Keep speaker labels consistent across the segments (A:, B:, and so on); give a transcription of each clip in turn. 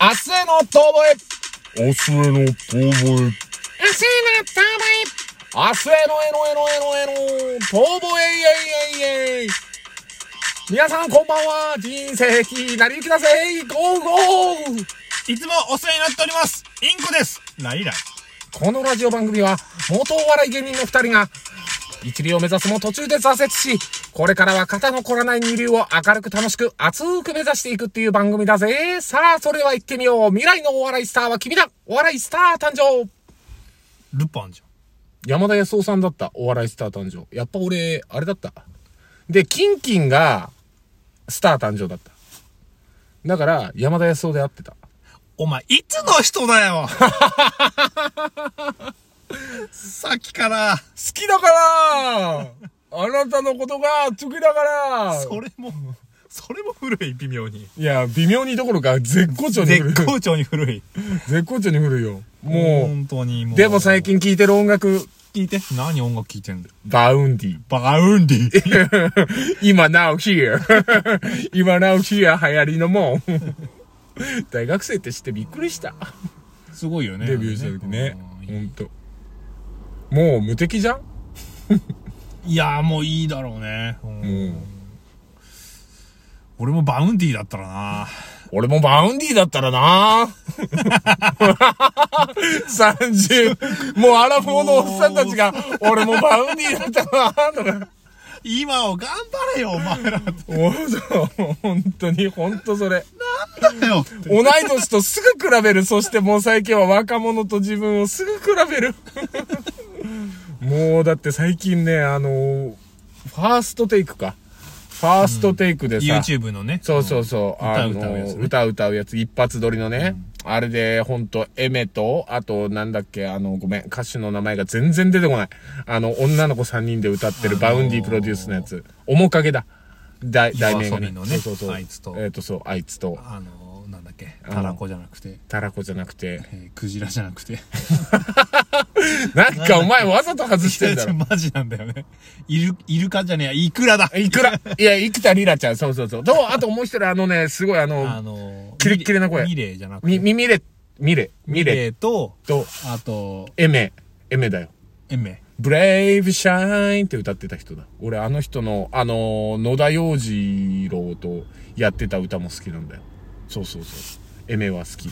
A: 明日への遠吠
B: 明日への遠吠
A: え。
B: え。
A: 明日への遠吠え。明日へのえのえのえのえの、遠吠えイエイイエイイエイ。皆さんこんばんは、人生きなりゆきだぜゴーゴー
B: いつもお世話になっております。インコです。ないない。
A: このラジオ番組は、元お笑い芸人の二人が、一流を目指すも途中で挫折し、これからは肩の凝らない二流を明るく楽しく熱く目指していくっていう番組だぜ。さあ、それでは行ってみよう。未来のお笑いスターは君だお笑いスター誕生
B: ルパンじ
A: 山田康夫さんだった。お笑いスター誕生。やっぱ俺、あれだった。で、キンキンが、スター誕生だった。だから、山田康夫で会ってた。
B: ゃん。お前、いつの人だよ さっきから、
A: 好きだ からあなたのことが好きだから
B: それも、それも古い、微妙に。
A: いや、微妙にどころか、絶好調に古い。
B: 絶好調に古い。
A: 絶好調に古いよ。も
B: 本当にも
A: う、
B: う。
A: でも最。近聴いてる音楽、
B: 聞いて。何音楽聞いてんだよ。
A: バウンディ。
B: バウンディ。
A: 今 now here. 今 now here 流行りのもん。大学生って知ってびっくりした。
B: すごいよね。
A: デビューした時ね。
B: う
A: ほ
B: ん
A: んと。もう無敵じゃん
B: いやーもういいだろうね。うん
A: もう。
B: 俺もバウンディだったらな。
A: 俺もバウンディだったらな 30、もうアラフォーのおっさんたちが、俺もバウンディだったらなとか。
B: 今を頑張れよ、お前ら。なん
A: もうそう本当に、本当それ。
B: だよ。
A: 同い年とすぐ比べる。そしてもう最近は若者と自分をすぐ比べる。もうだって最近ね、あのーファーストテイクか。ファーストテイクでさ、
B: YouTube のね。
A: そうそうそう。
B: 歌
A: あの
B: 歌うやつね
A: 歌歌うやつ、一発撮りのね。あれで、ほんと、エメと、あと、なんだっけ、あの、ごめん、歌手の名前が全然出てこない。あの、女の子3人で歌ってる、バウンディプロデュースのやつ。面影だ。だい題名が、
B: 夜遊びのね
A: そうそうそう。
B: あいつと
A: えっ、と、そう、あいつと、
B: あのー、なんだっけ。タラコじゃなくて、
A: たらこじゃなくて。
B: えークジラじゃなくて。
A: なんかお前わざと外してんだろ。
B: マジなんだよね。イル、イルカじゃねえや、イクラだ。
A: いくら、いや、生田リラちゃん、そうそうそう。と、あともう一人、あのね、すごい、あ
B: あ
A: の、
B: のー、
A: キレッキレな声
B: ミレミレイじゃなく
A: み、
B: て。
A: み、ミレ、ミレ、ミ
B: ミ
A: レ
B: レイと、
A: と、
B: あと、
A: エメ、エメだよ。
B: エメ。
A: ブレイブシャインって歌ってた人だ。俺あの人の、あのー、野田洋次郎とやってた歌も好きなんだよ。そうそうそう。エメは好き。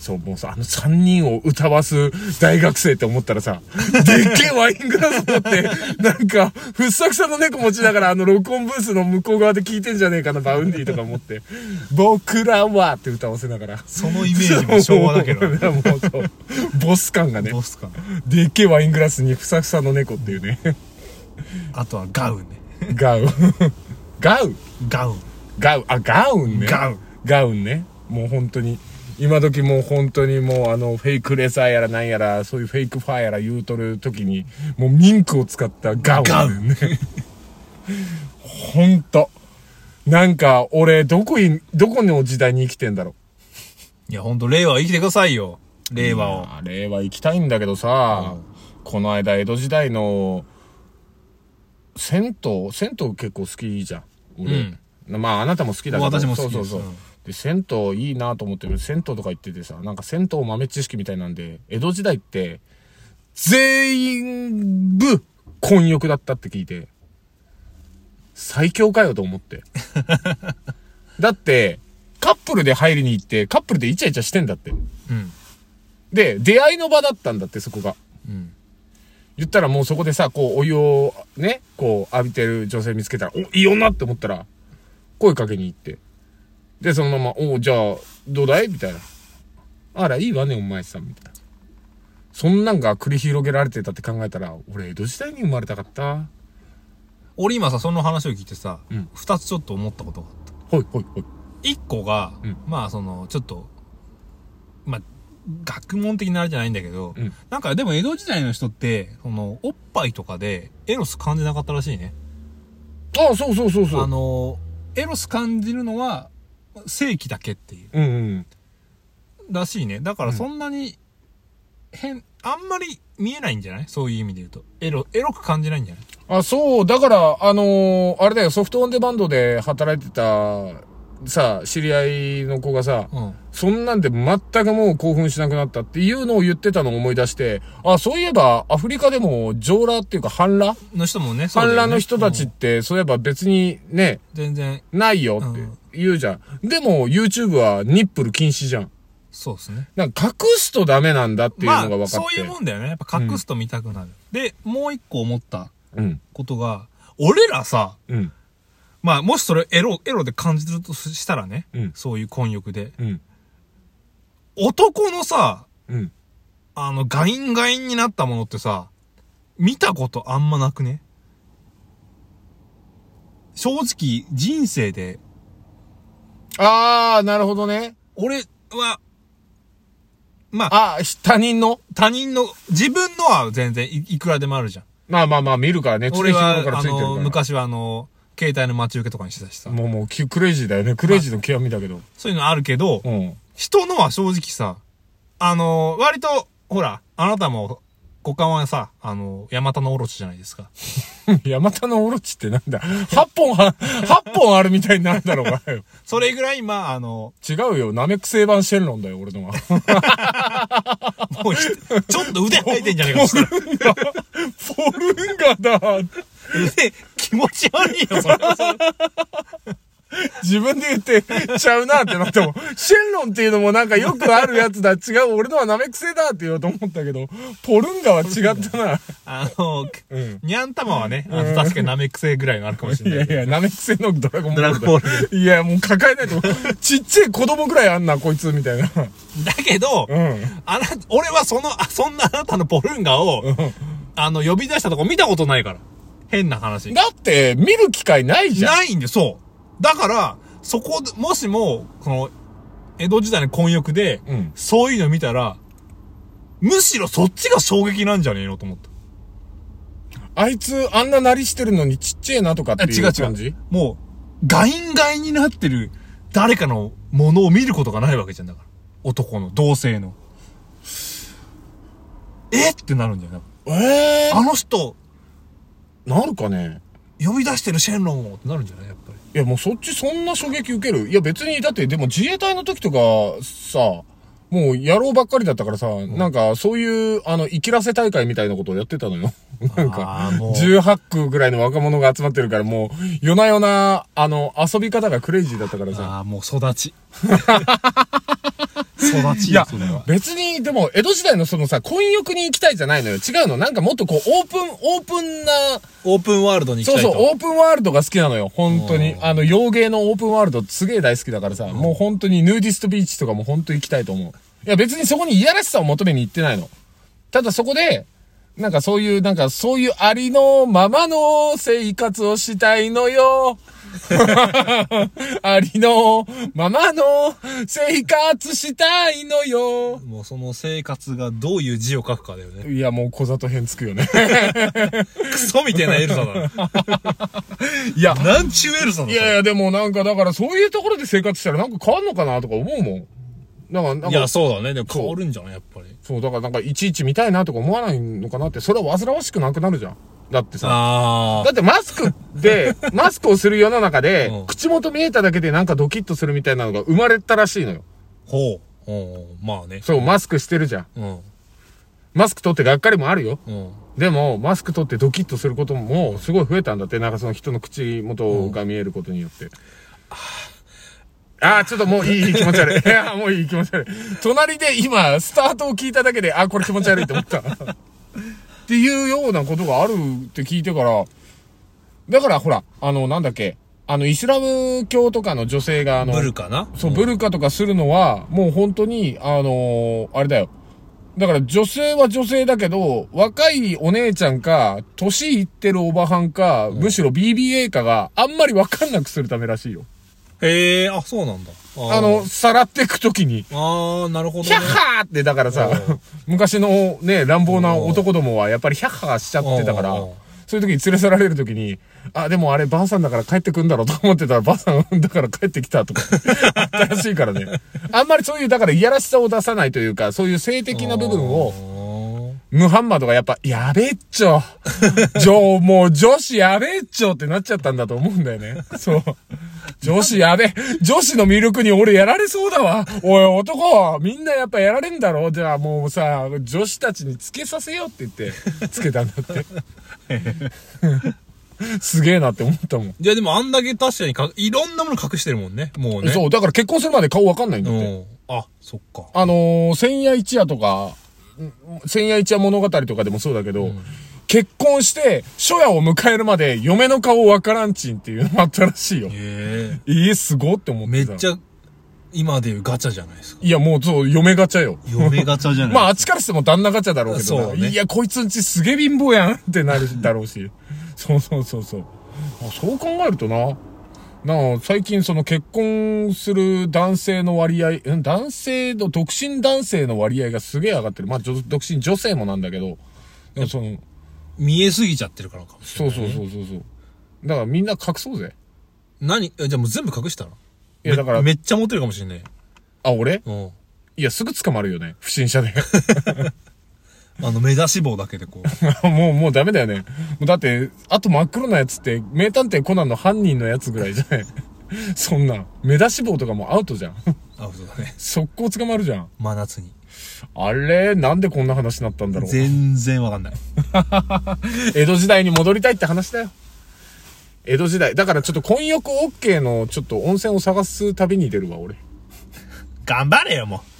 A: そう、もうさ、あの三人を歌わす大学生って思ったら さ、でっけえワイングラス持って、なんか、ふっさくさの猫持ちながらあの録音ブースの向こう側で聞いてんじゃねえかな、バウンディとか持って。僕らはって歌わせながら。
B: そのイメージも昭和だけど ね。
A: もうそう。ボス感がね
B: ど。うすか。
A: でっけえワイングラスにふさふさの猫っていうね。
B: あとはガウンね。
A: ガウン。ガウ
B: ガウン。
A: ガウ。あ、ガウンね。
B: ガウン。
A: ガウンね。もう本当に。今時もう本当にもうあのフェイクレザーやらなんやら、そういうフェイクファーやら言うとる時に、もうミンクを使ったガウン。
B: ガウ
A: ンね。 ほんと。なんか俺、どこい、どこの時代に生きてんだろう。
B: いや、ほんと、令和生きてくださいよ。令和を。
A: あれは行きたいんだけどさ、この間江戸時代の銭湯銭湯結構好きじゃん俺、まああなたも好きだけど
B: 私も好
A: そ
B: きで
A: う
B: す
A: そうそう
B: うん
A: で銭湯いいなと思ってる銭湯とか行っててさなんか銭湯豆知識みたいなんで江戸時代って全部混浴だったって聞いて最強かよと思 ってだってカップルで入りに行ってカップルでイチャイチャしてんだって
B: うん。
A: で、出会いの場だったんだって、そこが。
B: うん。
A: 言ったらもうそこでさ、こう、お湯をね、こう、浴びてる女性見つけたら、お、いい女って思ったら、声かけに行って。で、そのまま、おじゃあ、どうだいみたいな。あら、いいわね、お前さん、みたいな。そんなんが繰り広げられてたって考えたら、俺、江戸時代に生まれたかった。は
B: 俺今さ、その話を聞いてさ
A: うん、
B: 二、つちょっと思ったことがあった。
A: い、はい、はい。
B: 一個が、
A: うん
B: まあその、ちょっと、まあ、学問的なあれじゃないんだけど、
A: うん
B: なんかでも江戸時代の人って、その、おっぱいとかで、エロス感じなかったらしいね。
A: ああ、そうそうそうそ
B: あ
A: う。
B: の、エロス感じるのは、正規だけっていう。
A: うんうん。
B: らしいね。だからそんなに、変、あんまり見えないんじゃないそういう意味で言うと。エロ、エロく感じないんじゃない
A: あ、そう、だから、あのーあれだよ、ソフトオンデマンドで働いてたさ、知り合いの子がさ、
B: うん。
A: そんなんで全くもう興奮しなくなったっていうのを言ってたのを思い出して、あ、そういえばアフリカでも上裸っていうか反裸
B: の人もね、そう
A: 反
B: だよね
A: 裸の人たち
B: う
A: っ
B: ん
A: て、そういえば別にね、
B: 全然、
A: ないよ
B: うん
A: って言うじゃん。でも YouTube はニップル禁止じゃん。
B: そうですね。
A: なんか隠すとダメなんだっていう
B: ま
A: のが分か
B: あ、
A: って。
B: そういうもんだよね。やっぱ隠すと見たくなる。で、もう一個思った
A: うん。
B: ことが、俺らさ、
A: うん。
B: まあ、もしそれエロ、エロで感じるとしたらね、
A: うん
B: そういう婚欲で。
A: うん。
B: 男のさ、
A: うん。
B: あの、ガインガインになったものってさ、見たことあんまなくね正直、人生で、
A: あー、なるほどね。
B: 俺は、ま
A: あ、
B: あ、
A: 他人の
B: 他人の、自分のは全然いいくらでもあるじゃん。
A: まあまあまあ見るからね。常
B: 俺
A: 日
B: は
A: 頃から、つ
B: あ
A: いてる
B: の、
A: から。
B: 昔はあの、携帯の待ち受けとかにしてたしさ、
A: もうもうきクレイジーだよね。クレイジーの極みだけど。
B: そういうのあるけど、
A: うん。
B: 人のは正直さ、あの、割と、ほら、あなたも、股間はさ、あの、山田のおろしじゃないですか。
A: ヤマタのオロチってなんだ ?8 本 は、8本あるみたいになるだろうがよ。
B: それぐらい、まあ、あの、
A: 違うよ。ナメック星版シェンロンだよ、俺のは。
B: もうひ、ちょっと腕生えてんじゃね えかそしたら、
A: ポルンガだ。
B: 腕、気持ち悪いよ、それ。
A: 自分で言って、ちゃうなってなっても、シェンロンっていうのもなんかよくあるやつだ。違う、俺のはナメック星だって言おうと思ったけど、ポルンガは違ったな。
B: あの、
A: うん
B: ニャンタマはね、あの、確かに舐め癖ぐらいがあるかもし
A: い
B: れな
A: や
B: い
A: い
B: けど。
A: や、ナメック星のドラゴンボールだ。
B: ドラゴンボー
A: いや、もう抱えないと、ちっちゃい子供ぐらいあんな、こいつ、みたいな。
B: だけど、
A: うん。
B: あな、俺はその、あ、そんなあなたのポルンガを、あの、呼び出したとこ見たことないから。変な話。
A: だって、見る機会ないじゃん。
B: ないんで、そう。だから、そこで、もしも、その、江戸時代の婚欲で、
A: うん
B: そういうの見たら、むしろそっちが衝撃なんじゃねえのと思った。
A: あいつ、あんななりしてるのにちっちゃいなとかってい
B: 違う
A: う
B: 違
A: 感じ
B: う。もう、ガインガインになってる誰かのものを見ることがないわけじゃんだから。男の、同性の。えってなるんじゃない
A: ええ
B: あの人、
A: なるかね
B: 呼び出してるシェンロンをってなるんじゃないやっぱり。
A: いや、もうそっちそんな衝撃受けるいや、別に、だって、でも自衛隊の時とか、さ、もう野郎ばっかりだったからさ、なんか、そういう、あの、生きらせ大会みたいなことをやってたの よ。なん
B: あ
A: か
B: ー、もう
A: 18区ぐらいの若者が集まってるから、もう、夜な夜な、あの、遊び方がクレイジーだったからさ。
B: ああ、もう育 ち。育ち
A: いや
B: よ、それは。
A: 別に、でも、江戸時代のそのさ、婚欲に行きたいじゃないのよ。違うの。なんかもっとこう、オープン、オープンな、
B: オープンワールドに行
A: そ
B: き
A: う
B: たい
A: そ
B: と。
A: う、オープンワールドが好きなのよ。本当に。あの、洋芸のオープンワールドすげえ大好きだからさ、もう本当にヌーディストビーチとかも本当行きたいと思う。いや、別にそこにいやらしさを求めに行ってないの。ただそこで、なんかそういう、なんかそういうありのままの生活をしたいのよ。 ありのままの生活したいのよ。
B: もうその生活がどういう字を書くかだよね。
A: いや、もう小里編つくよね。
B: クソみたいなエルサだな。
A: いや、
B: なんちゅうエルサだない
A: やいや、でもなんかだからそういうところで生活したらなんか変わんのかなとか思うもん。だから、なん
B: いや、
A: か、
B: そうだね。でも変わるんじゃないやっぱり。
A: そう、だからなんかいちいち見たいなとか思わないのかなって、それは煩わしくなくなるじゃん。だってさ。
B: あ
A: だってマスク で、マスクをする世の中で、
B: うん
A: 口元見えただけでなんかドキッとするみたいなのが生まれたらしいのよ。
B: ほう。ほう。まあね。
A: そう、マスクしてるじゃん。
B: うん。
A: マスク取ってがっかりもあるよ。
B: うん。
A: でも、マスク取ってドキッとすることもすごい増えたんだって、なんかその人の口元が見えることによって。ああ、ちょっともういいいい気持ち悪い。い や、もういい気持ち悪い。隣で今、スタートを聞いただけで、あーこれ気持ち悪いって思った。 っていうようなことがあるって聞いてから、だからほら、あの、なんだっけ、あの、イスラム教とかの女性が、あの、
B: ブルかな
A: そう、ブルカとかするのは、もう本当に、あのーあれだよ。だから女性は女性だけど、若いお姉ちゃんか、年いってるおばはんか、むしろ BBA かがあんまりわかんなくするためらしいよ。
B: へえ、あ、そうなんだ。ー
A: あの、、さらってくときに。
B: あー、なるほど
A: ヒ
B: ね
A: ャッ。ハーって、だからさ
B: うん、
A: 昔のね、乱暴な男どもはやっぱりヒャッハーしちゃってたから
B: うん、
A: そういう時に連れ去られる時に、あ、でもあればあさんだから帰ってくんだろうと思ってたら、ばあさんだから帰ってきたとか、 あったらしいからね。あんまりそういう、だからいやらしさを出さないというか、そういう性的な部分を、
B: を。
A: ムハンマドがやっぱ、やべえっちょ。女、もう女子やべえっちょってなっちゃったんだと思うんだよね。そう。女子やべえ。女子の魅力に俺やられそうだわ。おい男、みんなやっぱやられんだろじゃあもうさ、女子たちにつけさせようって言って、つけたんだって。すげえなって思ったもん。
B: いや、でもあんだけ確かにか、いろんなもの隠してるもんね。もうね。
A: そう、だから結婚するまで顔わかんないんだ
B: う
A: って。
B: ん。あ、そっか。
A: あのー千夜一夜とか、うん千夜一夜物語とかでもそうだけど、結婚して、初夜を迎えるまで、嫁の顔わからんちんっていうのもあったらしいよ。
B: へえ。
A: えー、すごって思っ
B: め
A: て。
B: ったち
A: ゃ。
B: ゃ、今でいうガチャじゃないですか。
A: いや、もうそう、嫁ガチャよ。
B: 嫁ガチャじゃない
A: まあ、あっちからしても旦那ガチャだろうけどな
B: そうね
A: いや、こいつんちすげえ貧乏やんってなるだろう し。そうそうそうそう。あそう考えるとな。なあ、最近その結婚する男性の割合、うん、男性の、独身男性の割合がすげえ上がってる。まあ、女独身女性もなんだけど、でもその、
B: 見えすぎちゃってるからかもしれ
A: そ
B: な
A: う
B: い。
A: そうそうそうそう。だからみんな隠そうぜ。
B: 何えじゃあもう全部隠したの
A: いや、だから、
B: めっちゃモテるかもしれない。
A: あ、俺
B: うん。
A: いや、すぐ捕まるよね。不審者で。
B: あの、目指し棒だけ でこう。
A: もう、もうダメだよね。もうだって、あと真っ黒なやつって、名探偵コナンの犯人のやつぐらいじゃない そんな、目出し棒とかもうアウトじゃん。
B: アウトだね。
A: 速攻捕まるじゃん。
B: 真夏に。
A: あれ、なんでこんな話になったんだろう。
B: 全然わかんない。
A: 江戸時代に戻りたいって話だよ。江戸時代。だからちょっと混浴 OK のちょっと温泉を探す旅に出るわ、俺。
B: 頑張れよ、もう。